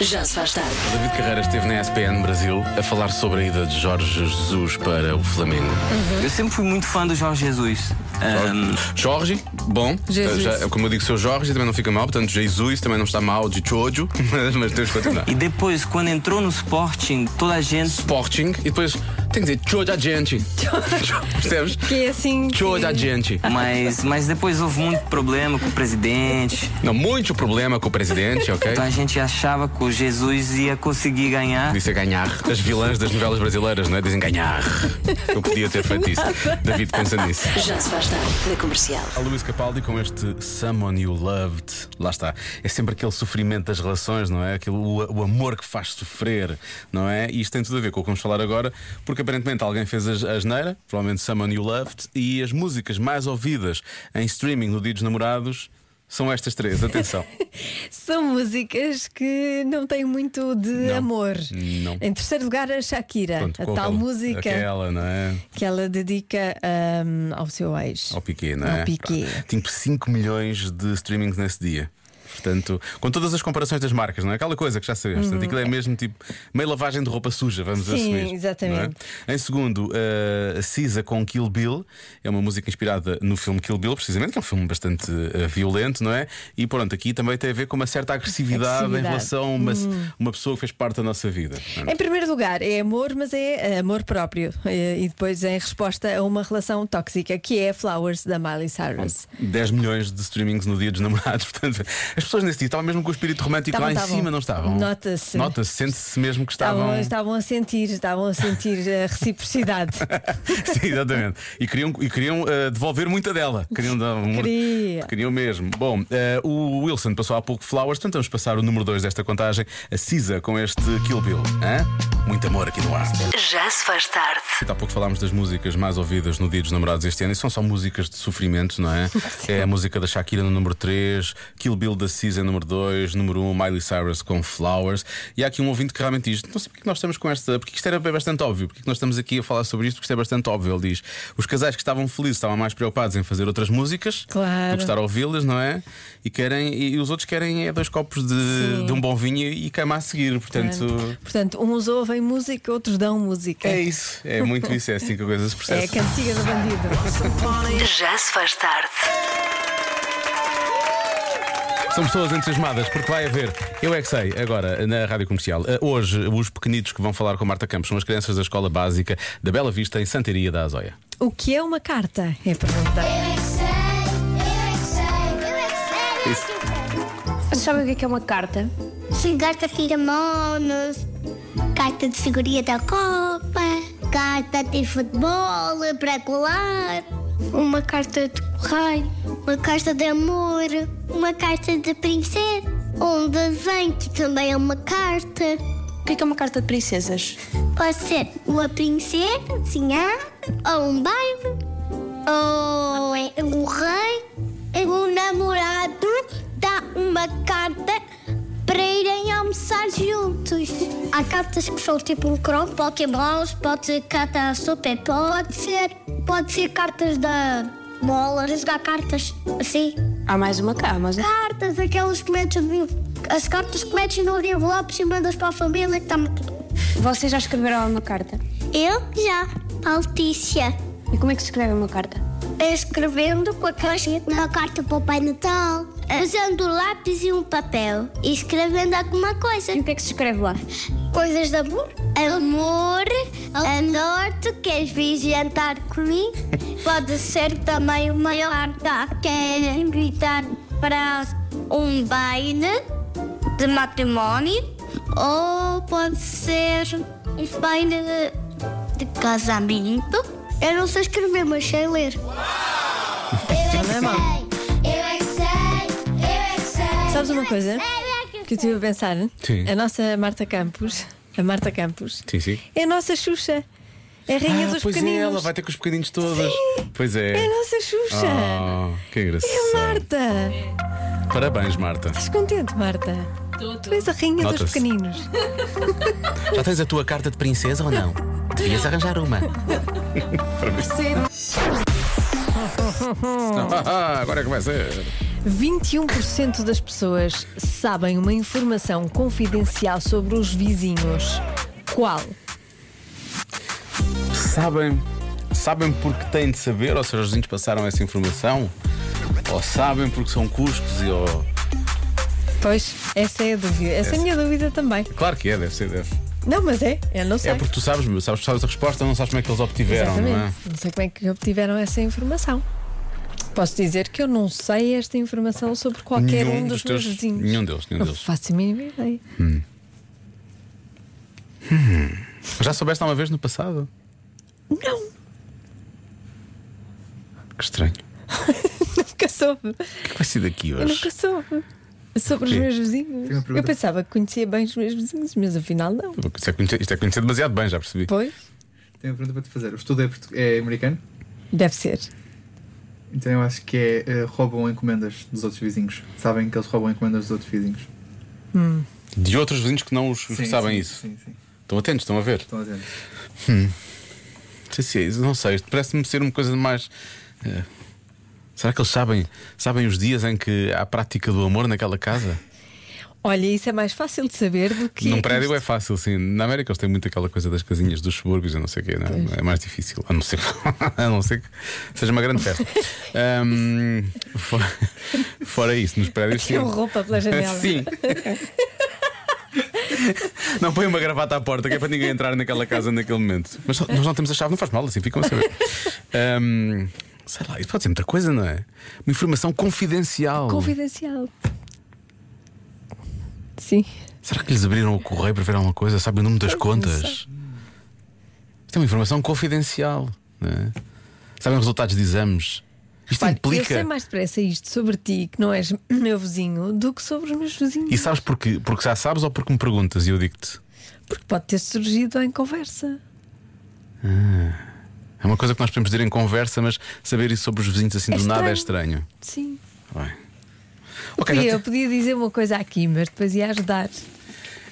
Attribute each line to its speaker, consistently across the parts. Speaker 1: Já se faz tarde.
Speaker 2: David Carreira esteve na SPN Brasil a falar sobre a ida de Jorge Jesus para o Flamengo.
Speaker 3: Eu sempre fui muito fã do Jorge Jesus. Ahm,
Speaker 2: Jorge, bom,
Speaker 4: Jesus.
Speaker 2: eh, já- como eu digo, seu Jorge também não fica mal, portanto, Jesus também não está mal de Chojo, mas, mas temos que continuar.
Speaker 3: e depois, quando entrou no Sporting, toda a gente.
Speaker 2: Sporting, e depois tem que dizer Chojo a gente. Percebes?
Speaker 4: Que é assim.
Speaker 2: Chojo a gente.
Speaker 3: Mas, mas depois houve muito problema com o presidente.
Speaker 2: Não, muito problema com o presidente, ok?
Speaker 3: Então a gente achava que o Jesus ia conseguir ganhar.
Speaker 2: Disse a ganhar. As vilãs das novelas brasileiras, não é? Dizem ganhar. Eu podia ter feito isso. David pensa nisso.
Speaker 1: Já se faz tarde na comercial.
Speaker 2: A Luís Capaldi com este Someone You Loved, lá está. É sempre aquele sofrimento das relações, não é? Aquele, o, o amor que faz sofrer, não é? E isto tem tudo a ver com o que vamos falar agora, porque aparentemente alguém fez a a asneira, provavelmente Someone You Loved, e as músicas mais ouvidas em streaming no Dia dos Namorados são estas três. Atenção.
Speaker 4: São músicas que não têm muito de amor.
Speaker 2: Não.
Speaker 4: Em terceiro lugar, a Shakira,
Speaker 2: Pronto,
Speaker 4: a
Speaker 2: com
Speaker 4: tal
Speaker 2: aquela-
Speaker 4: música
Speaker 2: Aquela, não é?
Speaker 4: que ela dedica hum, ao seu ex.
Speaker 2: Ao Piquet, não é?
Speaker 4: Ao Piqué.
Speaker 2: Pronto. Tipo 5 milhões de streamings nesse dia. Portanto, com todas as comparações das marcas, não é? Aquela coisa que já sabemos. Portanto, aquilo é mesmo tipo meio lavagem de roupa suja, vamos
Speaker 4: Uhum. Sim,
Speaker 2: assumir.
Speaker 4: exatamente.
Speaker 2: não é? Em segundo, eh, a Cisa com Kill Bill. É uma música inspirada no filme Kill Bill, precisamente, que é um filme bastante eh, violento, não é? E pronto, aqui também tem a ver com uma certa agressividade,
Speaker 4: Agressividade. Hum.
Speaker 2: em relação a uma, uma pessoa que fez parte da nossa vida. não é?
Speaker 4: Em primeiro lugar, é amor, mas é eh, amor próprio. Eh, E depois, em resposta a uma relação tóxica, que é Flowers da Miley Cyrus.
Speaker 2: 10 milhões de streamings no dia dos namorados. Portanto, as pessoas nesse dia estavam mesmo com o espírito romântico
Speaker 4: Estavam,
Speaker 2: lá em
Speaker 4: estavam.
Speaker 2: cima, não estavam?
Speaker 4: Nota-se.
Speaker 2: Nota-se, sente-se mesmo que estavam.
Speaker 4: Estavam, estavam a sentir, estavam a sentir a reciprocidade.
Speaker 2: Sim, exatamente. E queriam, e queriam eh, devolver muita dela. Queriam dar um...
Speaker 4: Queria.
Speaker 2: Queriam mesmo. Bom, eh, o Wilson passou há pouco Flowers, portanto vamos passar o número 2 desta contagem, a Cisa, com este Kill Bill. Hã? Muito amor aqui no ar.
Speaker 1: Já se faz tarde.
Speaker 2: Há pouco falámos das músicas mais ouvidas no Dia dos Namorados este ano e são só músicas de sofrimento, não é? É a música da Shakira no número 3, Kill Bill da Season número 2, número 1, Miley Cyrus com Flowers. E há aqui um ouvinte que realmente diz: Não sei porque é que nós estamos com esta, porque isto era bem bastante óbvio, porque é que nós estamos aqui a falar sobre isto, porque isto é bastante óbvio. Ele diz: Os casais que estavam felizes estavam mais preocupados em fazer outras músicas
Speaker 4: Claro.
Speaker 2: do que estar a ouvi-las, não é? E, querem, e, e os outros querem é dois copos de, de um bom vinho e cama a seguir, portanto.
Speaker 4: Portanto, uns ouvem música, outros dão música.
Speaker 2: É isso, é muito isso, é assim que a coisa se
Speaker 4: É
Speaker 2: processa.
Speaker 4: a cantiga do bandido.
Speaker 1: Já se faz tarde.
Speaker 2: São pessoas entusiasmadas, porque vai haver. Eu é que sei, agora, na rádio comercial. Eh, Hoje, os pequenitos que vão falar com a Marta Campos são as crianças da escola básica da Bela Vista, em Santaria da Azóia.
Speaker 4: O que é uma carta? É a pergunta.
Speaker 5: Vocês sabem o que é que é uma carta?
Speaker 6: Sim, carta firamonas, carta de figurinha da Copa, carta de futebol para colar. Uma carta de correio, uma carta de amor, uma carta de princesa, um desenho que também é uma carta.
Speaker 5: O que é que é uma carta de princesas?
Speaker 6: Pode ser uma princesinha, ou um baile, ou é um rei. Um namorado dá uma carta para irem almoçar juntos. Há cartas que são tipo um crom, pokéballs, pode ser carta super, pode ser, pode ser cartas da bola, jogar cartas assim.
Speaker 5: Há mais uma carta, mas
Speaker 6: Cartas, aquelas que metes, no- as cartas que metes no envelope e mandas para a família que está muito
Speaker 5: vocês já escreveram uma carta.
Speaker 6: eu já, Altícia,
Speaker 5: E como é que se escreve uma carta?
Speaker 6: escrevendo com a caneta na carta para o Pai Natal, usando lápis e um papel, e escrevendo alguma coisa.
Speaker 5: E o que é que se escreve lá?
Speaker 6: Coisas de amor? Amor, a norte, queres vir jantar comigo? Pode ser também uma carta, quer é invitar para um baile de matrimónio, ou pode ser um baile de casamento. Eu não sei escrever, mas sei ler. Eu é que sei, eu é que sei, eu é que sei.
Speaker 4: Sabes uma coisa? Que eu estive a pensar.
Speaker 2: Sim.
Speaker 4: A nossa Marta Campos. A Marta Campos.
Speaker 2: Sim, sim.
Speaker 4: É a nossa Xuxa. É a rainha dos
Speaker 2: pois
Speaker 4: pequeninos.
Speaker 2: é, ela vai ter com os pequeninos todos.
Speaker 4: Sim.
Speaker 2: Pois é.
Speaker 4: É a nossa Xuxa.
Speaker 2: Oh, que engraçado.
Speaker 4: É a Marta.
Speaker 2: Parabéns, Marta.
Speaker 4: Estás contente, Marta? Tu és a rainha dos
Speaker 2: Nota-se.
Speaker 4: pequeninos.
Speaker 2: Já tens a tua carta de princesa ou não? Devias arranjar uma. Agora Ah, é que vai ser.
Speaker 4: 21% das pessoas sabem uma informação confidencial sobre os vizinhos. Qual?
Speaker 2: Sabem? Sabem porque têm de saber, ou seja, os vizinhos passaram essa informação? Ou sabem porque são cuscos e ou.
Speaker 4: Pois, essa é a dúvida. Essa, é a minha dúvida também.
Speaker 2: Claro que é, deve ser, deve.
Speaker 4: Não, mas é, eu não sei.
Speaker 2: É porque tu sabes, meu, sabes, sabes a resposta, não sabes como é que eles obtiveram,
Speaker 4: Exatamente.
Speaker 2: não é?
Speaker 4: Não sei como é que obtiveram essa informação. Posso dizer que eu não sei esta informação sobre qualquer um dos, meus vizinhos.
Speaker 2: Nenhum deles, nenhum
Speaker 4: Não
Speaker 2: deles.
Speaker 4: faço a mínima ideia.
Speaker 2: Já soubeste alguma vez no passado?
Speaker 4: Não,
Speaker 2: Que estranho.
Speaker 4: nunca soube.
Speaker 2: O que é que vai ser daqui
Speaker 4: Eu
Speaker 2: hoje?
Speaker 4: nunca soube. Sobre os
Speaker 2: Sim.
Speaker 4: meus vizinhos. Eu pensava que conhecia bem os meus vizinhos, mas afinal não.
Speaker 2: Isto é, conhecer, isto é conhecer demasiado bem, já percebi.
Speaker 4: Pois,
Speaker 7: Tenho uma pergunta para te fazer. O estudo é, portu- é americano,
Speaker 4: deve ser.
Speaker 7: então eu acho que é eh, roubam encomendas dos outros vizinhos. Sabem que eles roubam encomendas dos outros vizinhos.
Speaker 2: De outros vizinhos que não os os que sabem
Speaker 7: sim,
Speaker 2: isso.
Speaker 7: Sim, sim.
Speaker 2: Estão atentos, estão a ver.
Speaker 7: Estão a dizer.
Speaker 2: Não sei se é isso, não sei. Isto parece-me ser uma coisa mais. eh, será que eles sabem, sabem os dias em que há prática do amor naquela casa?
Speaker 4: Olha, isso é mais fácil de saber do que.
Speaker 2: Num prédio é fácil, sim. Na América eles têm muito aquela coisa das casinhas dos subúrbios, eu não sei o quê, não é? é mais difícil, a não ser, a não ser que seja uma grande festa. Ahm, fora, fora isso, nos prédios. sim.
Speaker 4: Tirou é um roupa pela janela.
Speaker 2: Sim. Não põe uma gravata à porta, que é para ninguém entrar naquela casa naquele momento. Mas só- nós não temos a chave, não faz mal, assim ficam a saber. Ahm, sei lá, isso pode ser muita coisa, não é? Uma informação confidencial.
Speaker 4: Confidencial. Sim.
Speaker 2: Será que lhes abriram o correio para ver alguma coisa? Sabe o número das
Speaker 4: não
Speaker 2: contas? Isto é uma informação confidencial, não é? Sabem os resultados de exames? Isto
Speaker 4: Olha, Eu sei
Speaker 2: implica.
Speaker 4: mais depressa isto sobre ti, que não és meu vizinho, do que sobre os meus vizinhos.
Speaker 2: E sabes porquê? Porque já sabes ou porque me perguntas e eu digo-te?
Speaker 4: Porque pode ter surgido em conversa.
Speaker 2: É uma coisa que nós podemos dizer em conversa, mas saber isso sobre os vizinhos assim
Speaker 4: É
Speaker 2: do nada é
Speaker 4: estranho.
Speaker 2: estranho.
Speaker 4: Sim.
Speaker 2: Bem. Ok,
Speaker 4: Podia-
Speaker 2: já
Speaker 4: eu
Speaker 2: te-
Speaker 4: podia dizer uma coisa aqui, mas depois ia ajudar.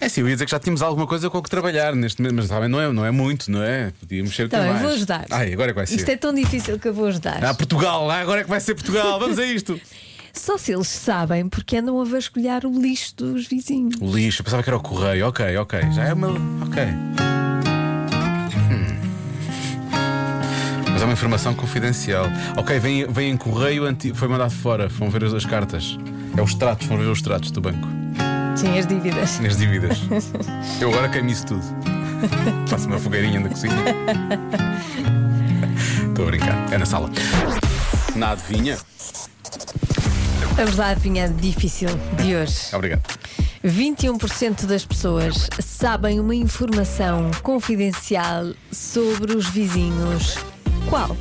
Speaker 2: é sim, eu ia dizer que já tínhamos alguma coisa com o que trabalhar neste momento, mas sabem, não é, não é muito, não é? Podíamos ser
Speaker 4: Então,
Speaker 2: com
Speaker 4: eu
Speaker 2: mais.
Speaker 4: vou ajudar.
Speaker 2: Ai, agora é que vai
Speaker 4: Isto
Speaker 2: ser.
Speaker 4: é tão difícil que eu vou ajudar.
Speaker 2: Ah, Portugal, ah, agora é que vai ser Portugal, vamos a isto.
Speaker 4: Só se eles sabem porque andam a vasculhar o lixo dos vizinhos.
Speaker 2: O lixo, eu pensava que era o correio, ok, ok, já é uma. Ok. Hum. Mas é uma informação confidencial. Ok, vem, vem em correio, anti... foi mandado fora, foram ver as, as cartas. É os tratos, foram ver os tratos do banco.
Speaker 4: Sim, as dívidas.
Speaker 2: Nas dívidas. Eu agora queimo isso tudo. Faço uma fogueirinha na cozinha. Estou a brincar. É na sala. Na adivinha?
Speaker 4: Vamos lá, adivinha difícil de hoje.
Speaker 2: Obrigado.
Speaker 4: 21% das pessoas sabem uma informação confidencial sobre os vizinhos. Qual?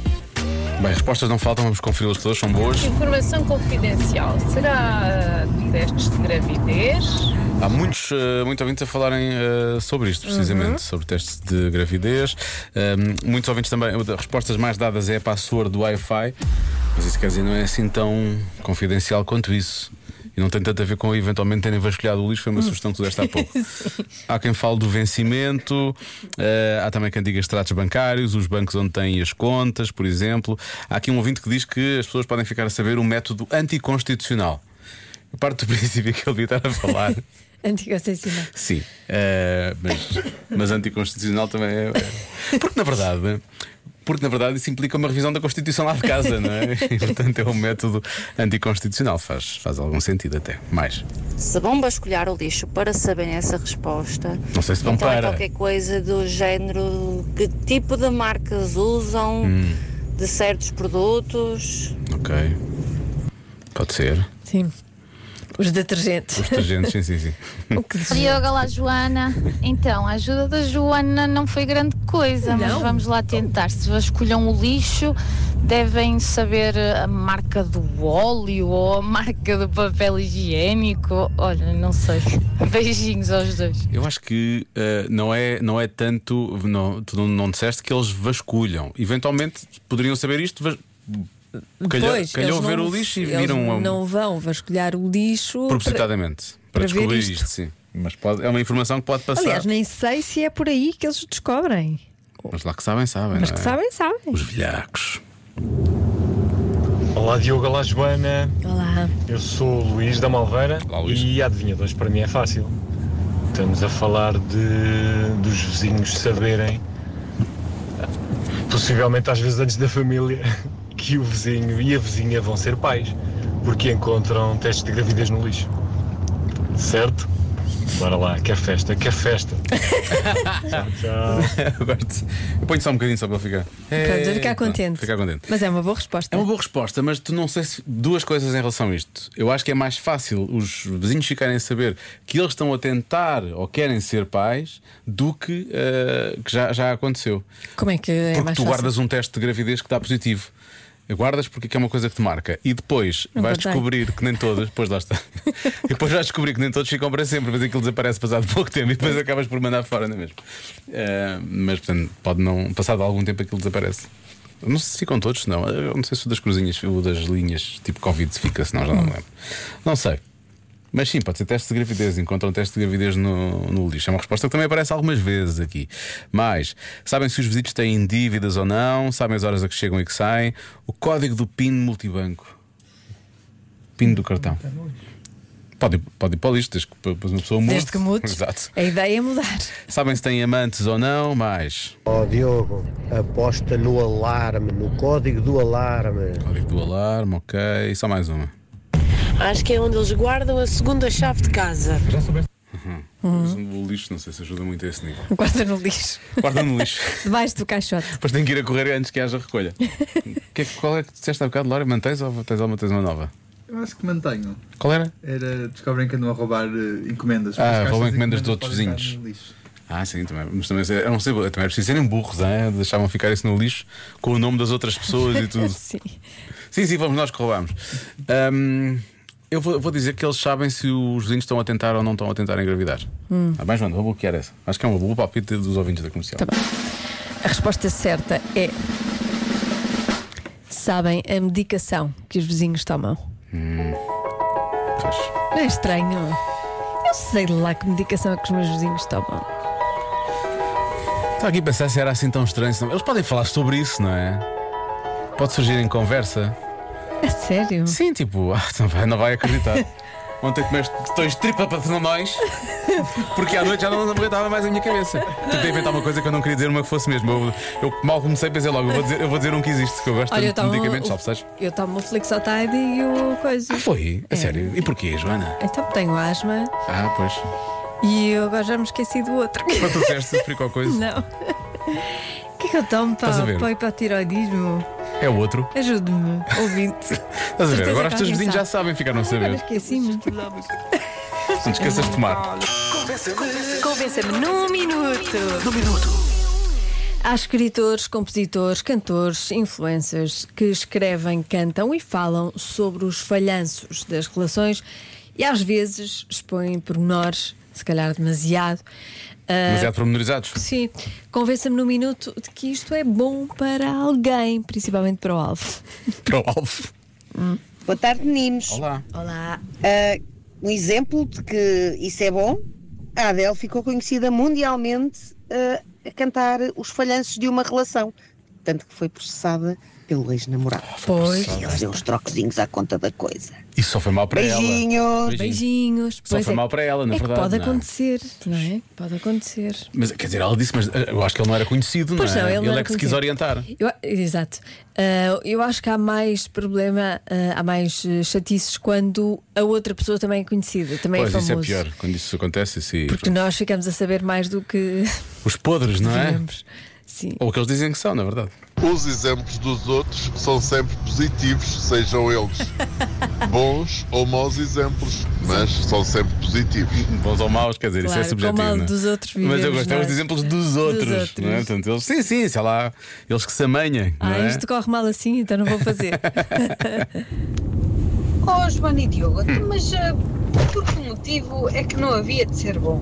Speaker 2: Bem, respostas não faltam, vamos conferi-las todas, são boas.
Speaker 8: Informação confidencial. Será eh, testes de gravidez?
Speaker 2: Há muitos, eh, muitos ouvintes a falarem eh, sobre isto, precisamente, sobre testes de gravidez. Ahm, muitos ouvintes também, uma das respostas mais dadas é a password do Wi-Fi, mas isso quer dizer, não é assim tão confidencial quanto isso. E não tem tanto a ver com eventualmente terem vasculhado o lixo, foi uma sugestão que tu deste há pouco. há quem fale do vencimento, eh, há também quem diga extratos bancários, os bancos onde têm as contas, por exemplo. Há aqui um ouvinte que diz que as pessoas podem ficar a saber um método anticonstitucional. Eu Parto do princípio que ele devia estar a falar.
Speaker 4: Anticoncepcional.
Speaker 2: Sim, eh, mas, mas anticonstitucional também é. é. Porque na verdade. Porque, na verdade, isso implica uma revisão da Constituição lá de casa, não é? E, portanto, é um método anticonstitucional. Faz, faz algum sentido até. Mais.
Speaker 9: Se vão basculhar o lixo para saberem essa resposta,
Speaker 2: Não sei se vão
Speaker 9: então é
Speaker 2: para.
Speaker 9: qualquer coisa do género, que tipo de marcas usam, de certos produtos.
Speaker 2: Ok. Pode ser.
Speaker 4: Sim. Os detergentes.
Speaker 2: Os detergentes, sim, sim, sim.
Speaker 4: O que diz?
Speaker 10: Diogo, olá Joana. Então, a ajuda da Joana não foi grande coisa,
Speaker 4: Não.
Speaker 10: mas vamos lá tentar. Se vasculham o lixo, devem saber a marca do óleo ou a marca do papel higiênico. Olha, não sei. Beijinhos aos dois.
Speaker 2: Eu acho que eh, não, é, não é tanto. Não, tu não, não disseste que eles vasculham. Eventualmente poderiam saber isto. vas- Calhou,
Speaker 4: Pois,
Speaker 2: calhou
Speaker 4: eles
Speaker 2: ver
Speaker 4: não-
Speaker 2: o lixo e
Speaker 4: eles
Speaker 2: viram. um- a-
Speaker 4: Não vão vasculhar o lixo.
Speaker 2: Propositadamente, para,
Speaker 4: para ver
Speaker 2: descobrir isto.
Speaker 4: isto.
Speaker 2: sim. Mas pode- é uma informação que pode
Speaker 4: para-
Speaker 2: passar.
Speaker 4: Aliás, nem sei se é por aí que eles descobrem.
Speaker 2: Mas lá que sabem, sabem.
Speaker 4: Mas
Speaker 2: não
Speaker 4: que
Speaker 2: é?
Speaker 4: sabem, sabem.
Speaker 2: Os velhacos.
Speaker 11: Olá Diogo, olá Joana.
Speaker 4: Olá.
Speaker 11: Eu sou o Luís da Malveira e adivinha, dois para mim é fácil. Estamos a falar de dos vizinhos saberem, possivelmente às vezes antes da família, que o vizinho e a vizinha vão ser pais, porque encontram testes de gravidez no lixo. Certo? Bora lá, que é festa, que é festa. tchau,
Speaker 2: Eu gosto. Eu ponho só um bocadinho só para ficar.
Speaker 4: Pronto, vou ficar
Speaker 2: Epa,
Speaker 4: contente.
Speaker 2: É, Ficar contente.
Speaker 4: Mas é uma boa resposta.
Speaker 2: É uma boa resposta, mas tu não sei se duas coisas em relação a isto. Eu acho que é mais fácil os vizinhos ficarem a saber que eles estão a tentar ou querem ser pais do que, eh, que já, já aconteceu.
Speaker 4: Como é que é
Speaker 2: porque
Speaker 4: mais
Speaker 2: tu
Speaker 4: fácil?
Speaker 2: guardas um teste de gravidez que dá positivo. Guardas porque é uma coisa que te marca. E depois
Speaker 4: Não
Speaker 2: vais
Speaker 4: contei.
Speaker 2: descobrir que nem todas. Depois lá está. e depois vais descobrir que nem todos ficam para sempre, mas aquilo desaparece passado pouco tempo e depois acabas por mandar fora, não é mesmo? Eh, mas portanto, pode não. Passado algum tempo aquilo desaparece. Não sei se ficam todos, se não. Eu não sei se o das cruzinhas ou das linhas tipo Covid se fica, senão já não me lembro. Não sei. Mas sim, pode ser teste de gravidez. Encontram teste de gravidez no, no lixo. É uma resposta que também aparece algumas vezes aqui. Mas sabem se os visitos têm dívidas ou não, sabem as horas a que chegam e que saem, o código do PIN multibanco. PIN do cartão. Pode, ir- pode ir para o lixo, desde que depois uma pessoa mude.
Speaker 4: Desde que mudes,
Speaker 2: Exato.
Speaker 4: a ideia é mudar.
Speaker 2: Sabem se têm amantes ou não, mais.
Speaker 12: Ó Diogo, aposta no alarme, no código do alarme.
Speaker 2: Código do alarme, ok. E só mais uma.
Speaker 13: Acho que é onde eles guardam a segunda chave de casa. Já soubeste?
Speaker 2: Uhum. O lixo, não sei se ajuda muito a esse nível.
Speaker 4: Guarda no lixo.
Speaker 2: Guarda no lixo.
Speaker 4: Debaixo do caixote.
Speaker 2: Depois tenho que ir a correr antes que haja recolha. Que é que- qual é que disseste há bocado, Laura? Mantens ou tens alguma tens uma nova?
Speaker 7: Eu acho que mantenho.
Speaker 2: Qual era?
Speaker 7: Era descobrem que andam a roubar eh, encomendas. Porque as
Speaker 2: Ah,
Speaker 7: caixas
Speaker 2: roubam
Speaker 7: de
Speaker 2: encomendas de outros
Speaker 7: podem estar
Speaker 2: vizinhos.
Speaker 7: no lixo.
Speaker 2: Ah, sim, também. Mas também, eu não sei, também é preciso serem burros, hein? deixavam ficar isso no lixo com o nome das outras pessoas e tudo.
Speaker 4: sim.
Speaker 2: sim, sim, vamos nós que roubámos. Ahm, eu vou, vou dizer que eles sabem se os vizinhos estão a tentar ou não estão a tentar engravidar.
Speaker 4: Hum. Tá
Speaker 2: Ah, bem, João, vou bloquear essa. Acho que é uma boa palpite dos ouvintes da comercial.
Speaker 4: A resposta certa é. Sabem a medicação que os vizinhos tomam.
Speaker 2: Hum. Pois.
Speaker 4: Não é estranho? Eu sei lá que medicação é que os meus vizinhos tomam.
Speaker 2: Estava aqui a pensar se era assim tão estranho. se não- Eles podem falar sobre isso, não é? Pode surgir em conversa.
Speaker 4: É sério?
Speaker 2: Sim, tipo, ah, não vai, não vai acreditar. Ontem comeste dois tripa para nós porque à noite já não aguentava mais a minha cabeça. Tentei inventar uma coisa que eu não queria dizer uma que fosse mesmo. Eu, eu mal comecei, pensei logo, eu vou dizer, eu vou dizer um que existe, que eu gosto
Speaker 4: Olha, eu
Speaker 2: tanto de
Speaker 4: tomo-
Speaker 2: medicamentos, sabe, sabes?
Speaker 4: Eu tomo o Flixotide e o coisa.
Speaker 2: Ah, Foi,
Speaker 4: É.
Speaker 2: a sério. E porquê, Joana?
Speaker 4: Então tenho asma
Speaker 2: Ah, pois.
Speaker 4: e eu agora já me esqueci do outro.
Speaker 2: Quando tu disseste, fricou coisa.
Speaker 4: Não. O que é que eu tomo
Speaker 2: Estás a
Speaker 4: para,
Speaker 2: ver?
Speaker 4: para o hipotiroidismo?
Speaker 2: É o outro.
Speaker 4: Ajude-me, ouvinte.
Speaker 2: Estás a ver?
Speaker 4: Certeza
Speaker 2: Agora os teus
Speaker 4: que é alguém
Speaker 2: vizinhos já
Speaker 4: sabe.
Speaker 2: sabem, ficaram a
Speaker 4: Agora
Speaker 2: saber.
Speaker 4: esqueci-me.
Speaker 2: Não te esqueças de tomar.
Speaker 4: Convença-me num minuto. Num minuto. Há escritores, compositores, cantores, influencers que escrevem, cantam e falam sobre os falhanços das relações e às vezes expõem pormenores, se calhar demasiado. ah,
Speaker 2: Demasiado pormenorizados.
Speaker 4: Sim, convença-me num minuto de que isto é bom para alguém, principalmente para o alvo.
Speaker 2: Para o alvo.
Speaker 14: Boa tarde, meninos.
Speaker 2: Olá.
Speaker 4: Olá.
Speaker 14: um exemplo de que isso é bom, a Adele ficou conhecida mundialmente ah, a cantar os falhanços de uma relação, tanto que foi processada pelo ex-namorado.
Speaker 2: um
Speaker 4: Pois.
Speaker 14: Ele deu os trocozinhos à conta da coisa.
Speaker 2: Isso só foi mal para ela.
Speaker 4: Beijinhos. Beijinhos.
Speaker 2: Só
Speaker 4: Pois
Speaker 2: foi mal para ela, na
Speaker 4: é
Speaker 2: verdade,
Speaker 4: Que pode
Speaker 2: não é?
Speaker 4: acontecer, não é? Pode acontecer.
Speaker 2: Mas quer dizer, ela disse, mas eh, eu acho que ele não era conhecido,
Speaker 4: Pois
Speaker 2: não é?
Speaker 4: não, ele não
Speaker 2: é
Speaker 4: era
Speaker 2: que se
Speaker 4: conhecido.
Speaker 2: quis orientar.
Speaker 4: Eu- exato. Ah, eu acho que há mais problema, ah, há mais eh, chatices quando a outra pessoa também é conhecida, também
Speaker 2: pois,
Speaker 4: é famoso.
Speaker 2: isso é pior. Quando isso acontece, isso...
Speaker 4: Porque nós ficamos a saber mais do que.
Speaker 2: os podres, não é?
Speaker 4: Sim.
Speaker 2: Ou o que eles dizem que são, na verdade.
Speaker 15: Os exemplos dos outros são sempre positivos, sejam eles bons ou maus exemplos, mas são sempre positivos.
Speaker 2: Bons ou maus, quer dizer,
Speaker 15: isso é
Speaker 2: Claro, subjetivo, como a não é? dos outros Mas eu gosto é os exemplos dos outros. Não é? Portanto, eles, sim, sim, sei lá, eles que se amanham. não
Speaker 4: Ah,
Speaker 2: é?
Speaker 4: isto corre mal assim, então não vou fazer.
Speaker 8: Oh, Joana e Diogo, então, mas ah, por que motivo é que não havia de ser bom?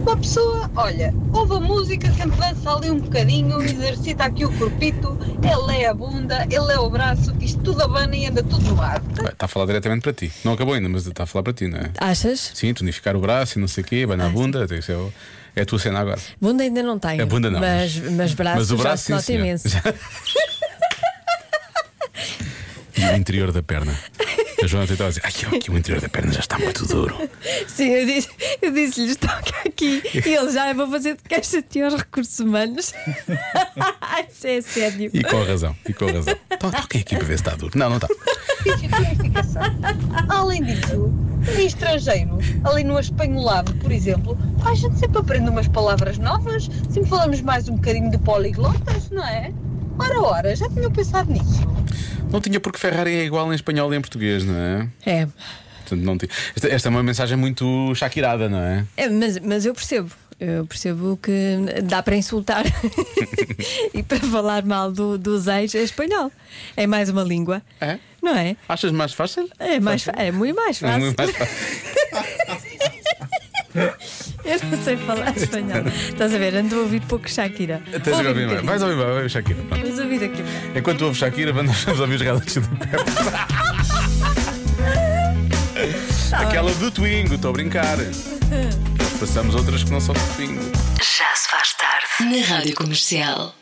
Speaker 8: Uma pessoa, olha, ouve a música, sempre dança ali um bocadinho, exercita aqui o corpito, ele é a bunda, ele é o braço, que isto tudo abana e anda tudo no ar.
Speaker 2: Está tá a falar diretamente para ti. Não acabou ainda, mas está a falar para ti, não é?
Speaker 4: Achas?
Speaker 2: Sim, tonificar o braço e não sei o quê, vai na bunda. Isso é, o- é a tua cena agora.
Speaker 4: Bunda ainda não tenho.
Speaker 2: A bunda não,
Speaker 4: Mas, mas braços
Speaker 2: mas o
Speaker 4: já
Speaker 2: braço,
Speaker 4: se
Speaker 2: sim,
Speaker 4: nota
Speaker 2: senhor.
Speaker 4: imenso.
Speaker 2: E o interior da perna. A Joana tentava dizer, ai, ó, aqui o interior da perna já está muito duro.
Speaker 4: Sim, eu disse- eu disse-lhes toca aqui e eles já vão fazer de caixa de aos recursos humanos. Isso é sério.
Speaker 2: E com razão, e com razão. To- Toquem aqui para ver se está duro. Não, não está.
Speaker 8: Além disso, em estrangeiro, ali no espanholado, por exemplo, a gente sempre aprende umas palavras novas, sempre falamos mais um bocadinho de poliglotas, não é? Ora, ora, já tinham pensado nisso.
Speaker 2: Não tinha porque Ferrari é igual em espanhol e em português, não é?
Speaker 4: É,
Speaker 2: Portanto, não tinha. Esta, esta é uma mensagem muito shakirada, não é?
Speaker 4: é, mas, mas eu percebo. Eu percebo que dá para insultar e para falar mal do, dos ex é espanhol. É mais uma língua.
Speaker 2: É?
Speaker 4: Não é?
Speaker 2: Achas mais fácil?
Speaker 4: É, mais, fa- é muito mais
Speaker 2: É
Speaker 4: fácil.
Speaker 2: muito mais fácil.
Speaker 4: Eu não sei falar espanhol. Estás a ver? Ando a ouvir pouco Shakira. um
Speaker 2: Tens de ouvir mais. Vais ouvir mais, vai ouvir Shakira. Pronto.
Speaker 4: Vamos ouvir aqui.
Speaker 2: Enquanto ouve Shakira, nós vamos ouvir os relatos do Aquela do Twingo, estou a brincar. Passamos outras que não são do Twingo.
Speaker 1: Já se faz tarde. Na Rádio Comercial.